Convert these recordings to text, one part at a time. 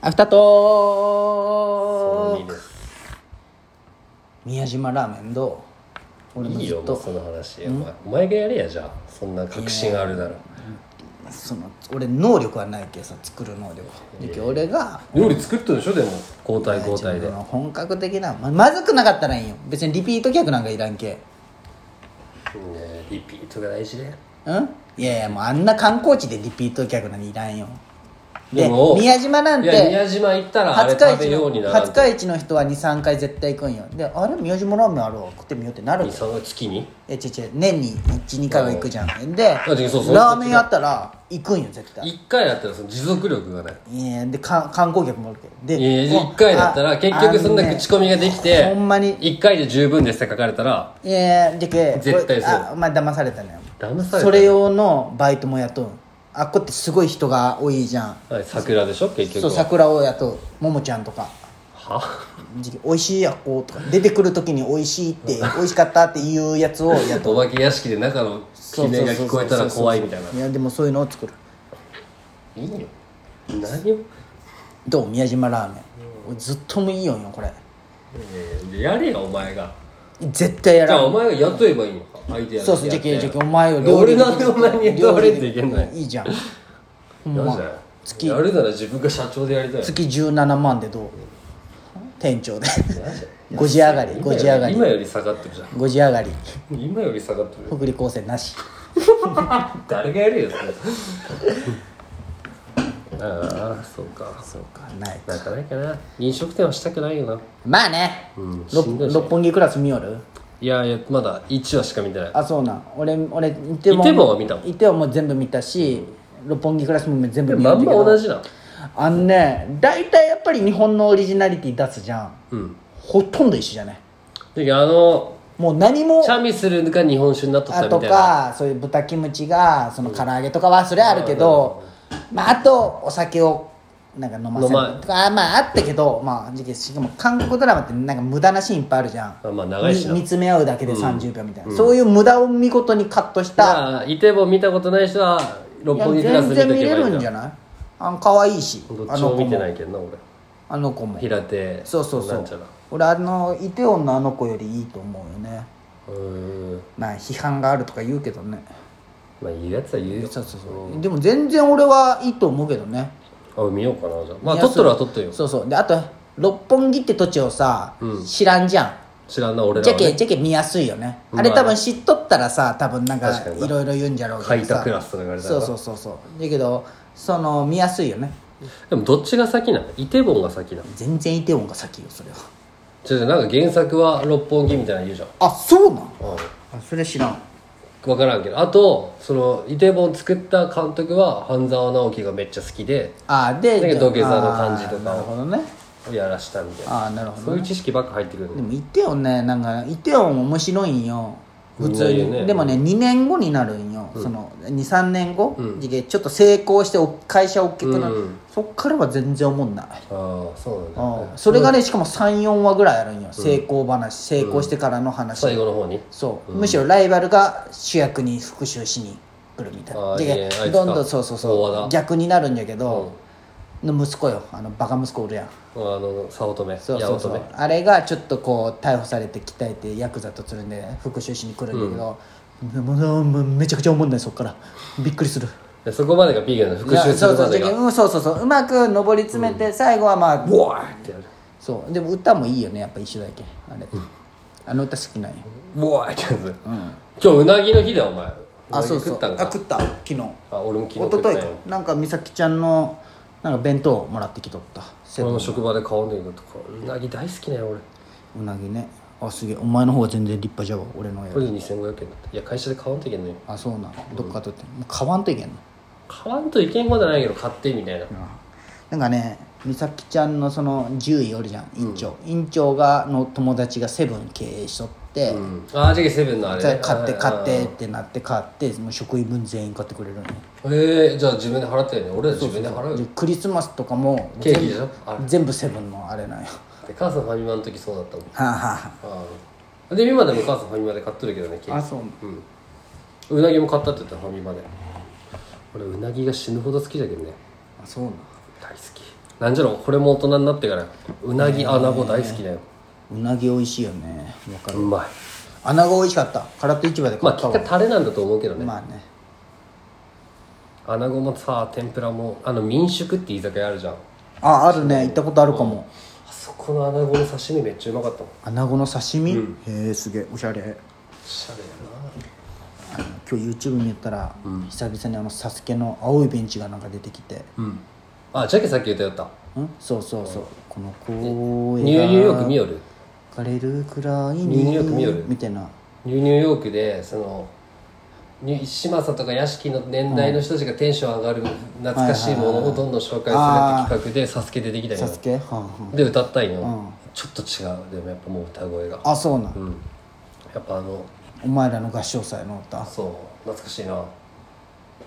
アフターそうトーいいクです宮島ラーメンどう俺もいいずよっもうとその話お前お前がやれやじゃあそんな確信あるならその俺能力はないけどさ作る能力で俺が料理作ったでしょでも交代交代で自分の本格的なままずくなかったらいいよ別にリピート客なんかいらんけうんねリピートが大事ねうんいやいやもうあんな観光地でリピート客なんていらんよででも宮島なんいやて宮島行ったらあれ廿日市食べようのになら廿んと日市の人は23回絶対行くんよであれ宮島ラーメンあるわ食ってみようってなるけど23が月にえ違う違う年に12回は行くじゃんであ違うそうそうラーメンあったら行くんよ絶対1回だったらその持続力がないいやでか観光客もおるけどでいやいやもう1回だったらあ結局そんな口コミができてあのねほんまに1回で十分ですって書かれたらいやいやじゃけ絶対そうこれあまあ騙されたのよ騙されたそれ用のバイトも雇うあっこってすごい人が多いじゃんはい桜でしょ結そう局は桜を雇うももちゃんとかはじゃけ美味しいやっことか出てくる時に美味しいって美味しかったっていうやつを 雇うお化け屋敷で中の悲鳴が聞こえたら怖いみたいないやでもそういうのを作るいいよ何をどう宮島ラーメン俺ずっともいいよんよこれえーやれよお前が絶対やじゃらあおん前が雇えばいいのか相手やるそうそうじゃけじゃけお前を俺でなんでお前に雇われていけんのよ料理でいいじゃん嫌じゃない月やるなら自分が社長でやりたい月17万でどう店長で5時上がり今より5時上がり今より下がってるじゃ5時上がりん今より下がってる北陸高専なし誰がやるよそれああそうかそうかないなかなかな飲食店はしたくないよなまあねうんろしんどいし六本木クラス見よるいやいやまだ1話しか見てないあそうなん俺俺イテウォンイテウォンは見たもんイテウォンも全部見たし六本木クラスも全部見またんけまど同じなあのね大体やっぱり日本のオリジナリティ出すじゃんうんほとんど一緒じゃないだあのもう何もチャミスルが日本酒になっとったあみたといなかそういう豚キムチがその唐揚げとかはそれあるけど、まあ、あとお酒をなんか飲ませ飲まるとかあまああったけど、まあ、しかも韓国ドラマってなんか無駄なシーンいっぱいあるじゃんあまあ長いしなみ見つめ合うだけで30秒みたいな、そういう無駄を見事にカットした、まあイテボ見たことない人は六本い木クやラス全見然と見ければるいいんんじだゃないあの可愛いしどっあちのも子見てなもいけどな俺あの子も平手そうそうそなうんちゃら俺あのイテウォンのあの子よりいいと思うよねうーんまあ批判があるとか言うけどねまあいいやつは言うよそうそうそうでも全然俺はいいと思うけどねあ見ようかなじゃあまあいや撮っとるは撮っとるよそうそうであと六本木って土地をさ、知らんじゃん知らんな俺らじゃはけねじゃけ見やすいよね、うんあれ多分知っとったらさ多分なんか確かにないろいろ言うんじゃろうけど開さ拓ラスとか言われたそらうそうそうそうだけどその見やすいよねでもどっちが先なのイテボンが先なの全然イテウォンが先よそれはちょっとなんか原作は六本木みたいなの言うじゃんあそうなんうんあそれ知らん分からんけどあとそのイテボン作った監督は半沢直樹がめっちゃ好きであでだけどじゃあ土下座の感じとかあーなをるほどねやらしたみたいなああなるほどそういう知識ばっか入ってくるでのもイテウォンねなんかイテウォン面白いんよ普通いに、やいいねでもね2年後になるんよ、その23年後、うんでちょっと成功してお会社大きくなる、うんそっからは全然思んない、ああそうなんだうねんそれがねしかも34話ぐらいあるんよ、成功話成功してからの話、最後の方にそう、むしろライバルが主役に復讐しに来るみたいあなーいいねであいつかどんどんそうそう大和そ田う逆になるんやけど、の息子よあのバカ息子おるやんあの早乙女そう八そう乙そ女うあれがちょっとこう逮捕されて鍛えてヤクザとつるんで復讐しに来るんだけど、もうもうめちゃくちゃ思んないそっからびっくりするでそこまでがピーゲンの復讐するいやそうまそうでじがゃけっんうんそうそうそううまく上り詰めて、最後はまあボワーてやるそうでも歌もいいよねやっぱ一緒だけあれ、あの歌好きなんよ、うわーってやつ、今日うなぎの日だよお前あなぎそうそう食ったんあか食った昨日あ俺も昨日一食昨った日よかなんか美咲ちゃんのなんか弁当もらってきとったセ俺ブンも職場で買うんだけどこううなぎ大好きね俺うなぎねあすげえお前の方が全然立派じゃわ俺のこよれで2500円だっていや会社で買わんといけんのよあそうなのどっかとってもう買わんといけんの買わんといけんことはないけど買ってみたいななんかね美咲ちゃんのその獣医おるじゃん院長、院長がの友達がセブン経営しとって、うんあーじゃけセブンのあれじゃあね買ってあー買ってってなって買ってもう食費分全員買ってくれるのよえー、じゃあ自分で払ったよね俺ら自分で払うでよクリスマスとかもケーキでしょあ全部セブンのあれなんよれで母さんファミマの時そうだったもんはあ、はあーで今でも母さんファミマで買っとるけどねケあ、ーあキそううんうなぎも買ったって言ったファミマで俺うなぎが死ぬほど好きだけどねあそうな大好きなんじゃろうこれも大人になってからうなぎ穴子大好きだようなぎ美味しいよねわかうるまい穴子美味しかった空手市場でま買あったきっとわ、タレなんだと思うけどね、まあね穴子もさ天ぷらもあの民宿って居酒屋あるじゃんああるね行ったことあるかもあそこの穴子の刺身めっちゃうまかったもん穴子の刺身、うんへえすげえおしゃれしゃれあやの今日 YouTube 見たら、うん久々にあの「サスケの青いベンチがなんか出てきてなうんあじゃけさっき言ったよったんそうそうそう、この公ニューニューヨーク見よる枯れるくらいにニューヨーク見よるみたいなニューニューヨークでそのニュ石政とか屋敷の年代の人たちがテンション上がる懐かしいものをどんどん紹介するって企画で「サスケ出てき「たサよスケはんはんで歌ったんよ、んちょっと違うでもやっぱもう歌声があそうなん、うんやっぱあのお前らの合唱祭の歌そう懐かしいな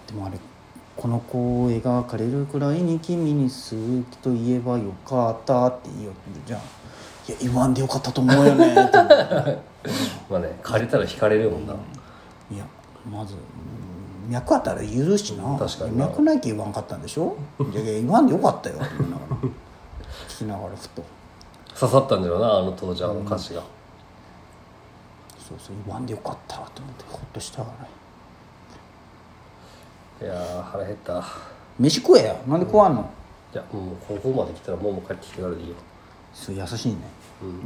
でもあれこの声が枯れるくらいに君に好きと言えばよかったって言いよるじゃんいや言わんでよかったと思うよ ねって思うまあね借りたら引かれるもんな、いやまずうん脈あったら言うしな確かにな脈ないけ言わんかったんでし ょいやいや言わんでよかったよって言いながら 聞きながらふと刺さったんだろうなあの当時あの歌詞が、そうそう言わんでよかったと思ってほっとしたからねいやー腹減ったい飯食えやなんで食わんの、やもうここまで来たらもうもう帰ってきてからでいいよそう優しいね、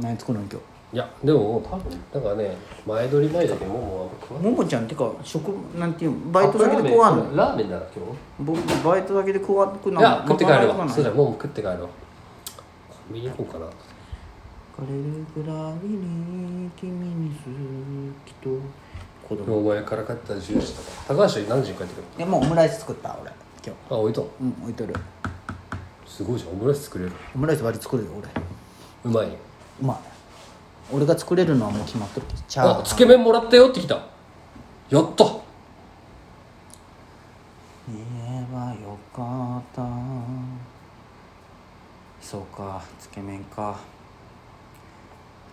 何作るの今いやでももう多分だからね前取り前だけどもうもう食わ日ももちゃんてか食なんていうのバなイト先で食わんのラーメンだな今僕バイトだけで食わ食う日ないや食って帰るわなそうだよもう食って帰るわコンビニ行こうかな枯れるくらいに君に好きと子でもお前から帰ったら10時とか高橋何時に帰ってくるいやもうオムライス作った俺今あ置いとん日うん置いとるすごいじゃんオムライス作れるオムライス割り作るよ俺うまいようまい俺が作れるのはもう決まっとるけどチャーあハつけ麺もらったよってきたやったン言えばよかったそうかつけ麺か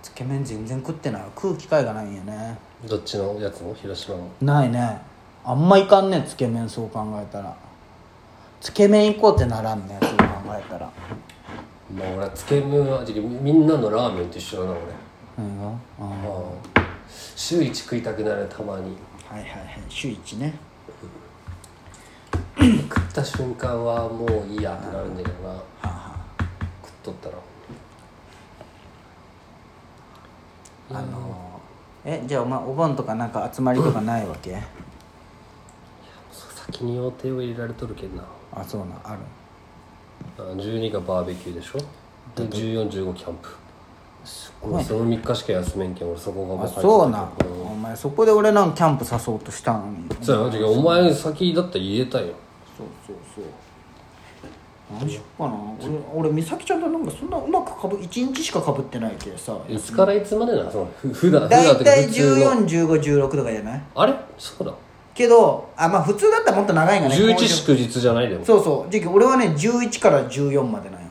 つけ麺全然食ってない食う機会がないんよねどっちのやつも広島のないねあんまいかんねつけ麺そう考えたらつけ麺行こうってならんねそう考えたらまあ俺はつけ麺はじゃけみんなのラーメンと一緒だな俺何があああ週1食いたくなるたまにあはいはいはい週一ね食った瞬間はもういいやってなるんだけどな食っとったらあのえじゃあお前お盆とかなんか集まりとかないわけ先に予定を入れられとるけんなあそうなんあるあ12がバーベキューでしょで1415キャンプすもうその3日しか休めんけん俺そこがもあう入っそうなんお前そこで俺なんかキャンプ誘おうとしたのにそうやなじゃけお前先だったら言えたよそうそうそう何しよっかな俺俺美咲ちゃんとなんかそんなうまくかぶ一日しかかぶってないけどさいつからいつまでなのそのふ普段普段大っていう体か普通の141516とかじゃないあれそうだけどあまあ普通だったらもっと長いんがね11こういう祝日じゃないでもそうそう時期俺はね11から14までなんよ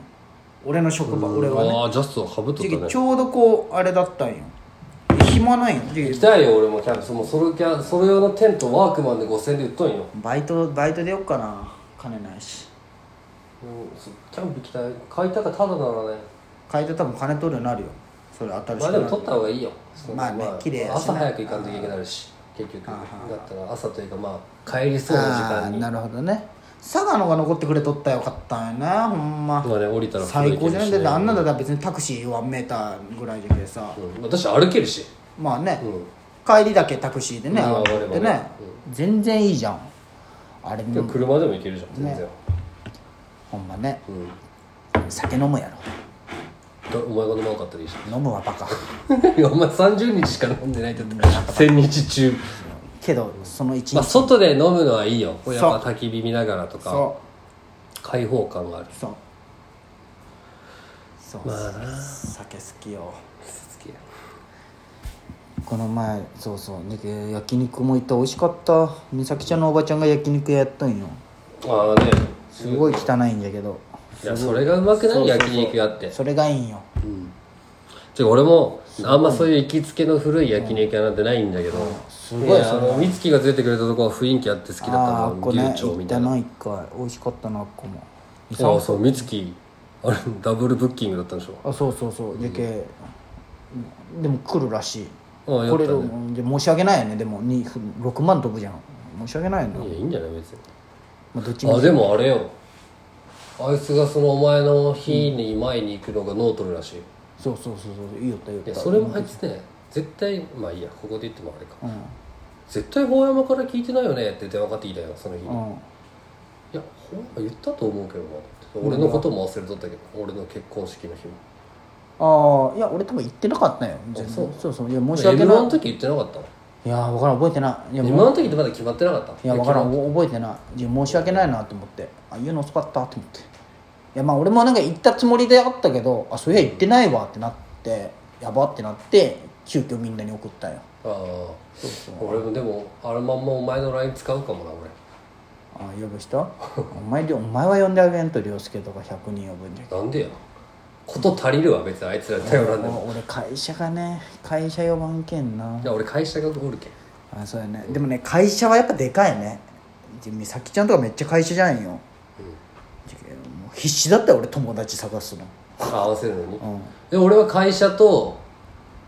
俺の職場俺はねああジャストかぶっとっ時た期ねちょうどこうあれだったんよ暇ないよ時行き期たいよ俺もキャンプもうそれキャンそれ用のテントワークマンで5000円で売っとんよバイトバイト出よっかな金ないしキャンプ行きたい買いたかただならね買い手多分金取るようになるよそれ新しまあくでなもる取った方がいいよまあね綺麗やしな朝早く行かんといけないるし結局だあったら朝というかまあ帰りそうな時間あーになるほどね佐賀のが残ってくれとったらよかったんやなほんままあね降りたら風最呂高行けじるゃしないねだってあんなだったら別にタクシー1メーターぐらいじゃけさうん私歩けるしまあね、うん帰りだけタクシーでねうん上がって上がればねね全然いいじゃんあれでも車でも行けるじゃん全然ねほんまねうん酒飲むやろだお前が飲まなかったらいいし飲むはバカ いやお前30日しか飲んでないって言って1000日中けどその一日、まあ外で飲むのはいいよやっぱ焚き火見ながらとかそ開放感があるうそうそう、まあな酒好きよ好きやこの前そうそうで焼肉も行った美味しかった美咲ちゃんのおばちゃんが焼肉屋やったんよああねすごい汚いんだけどいやそれがうまくないそうそうそう焼肉屋ってそれがいいんよじゃあ俺もあんまそういう行きつけの古い焼肉屋なんてないんだけどすごいあの美月が連れてくれたとこは雰囲気あって好きだったああーのこれね牛腸行みったたいなな一回美味しかったなここもそうそう美月あれダブルブッキングだったんでしょあそうそうそうでけ、でも来るらしいああやこったれでねもで申し訳ないよねでもに6万飛ぶじゃん申し訳ないないやいいんじゃない別にまあ、どっちあもでもあれよあいつがそのお前の日に前に行くのがノートルらしい、そうそうそうそういいよったいいよっいやたそれも入ってね絶対まあいいやここで言ってもあれかうん絶対法山から聞いてないよねって電話かかってきたよその日に、ういんや法山言ったと思うけどなって俺のことも忘れとったけど俺の結婚式の日もああいや俺多分言ってなかったよ全然そうそうそういや申し M1 訳なの時言ってなかったのいいや分からん覚えてないいや M1 もうの時ってまだ決まってなかったいや分から決んお覚えてないいや申し訳ないなと思ってあ言うの遅かったと思っていやまあ俺もなんか言ったつもりであったけどあそういや言ってないわってなってやばってなって急遽みんなに送ったよまったああ俺もでもあのまんまお前の LINE 使うかもな俺あ呼ぶ人お前りょお前は呼んであげんと涼介とか100人呼ぶんじゃけどなんでやこと足りるわ別にあいつらに頼らんでももう俺会社がね会社呼ばんけんないや俺会社がおるけんあそうやねでもね会社はやっぱでかいねで美咲ちゃんとかめっちゃ会社じゃんよ、じゃけどもう必死だったよ俺友達探すの合わせるのに、んで俺は会社と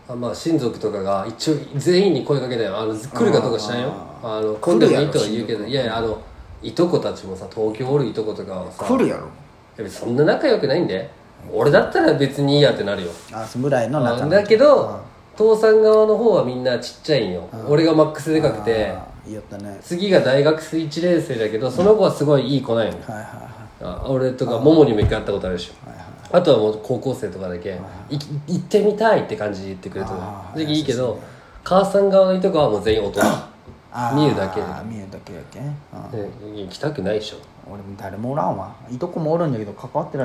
あまあ親族とかが一応全員に声かけたよあの来るかとかしないよあの来んでもいいとは言うけどいやいやあのいとこたちもさ東京おるいとことかはさ来るやろいやそんな仲良くないんで俺だったら別にいいやってなるよあそのぐらいのあ仲だけど父さん側の方はみんなちっちゃいんよ俺がマックスでかくていいよったね次が大学生1年生だけどその子はすごいいい子なんよ、はいはいはあ俺とかももにも一回会ったことあるしあとはもう高校生とかだけい行ってみたいって感じで言ってくれてるあーでいいけど母さん側のいとこはもう全員大人いあー見るだけで見えるだけだけあーで行きたくないでしょ俺も誰もおらんわいとこもおるんだけど関わってない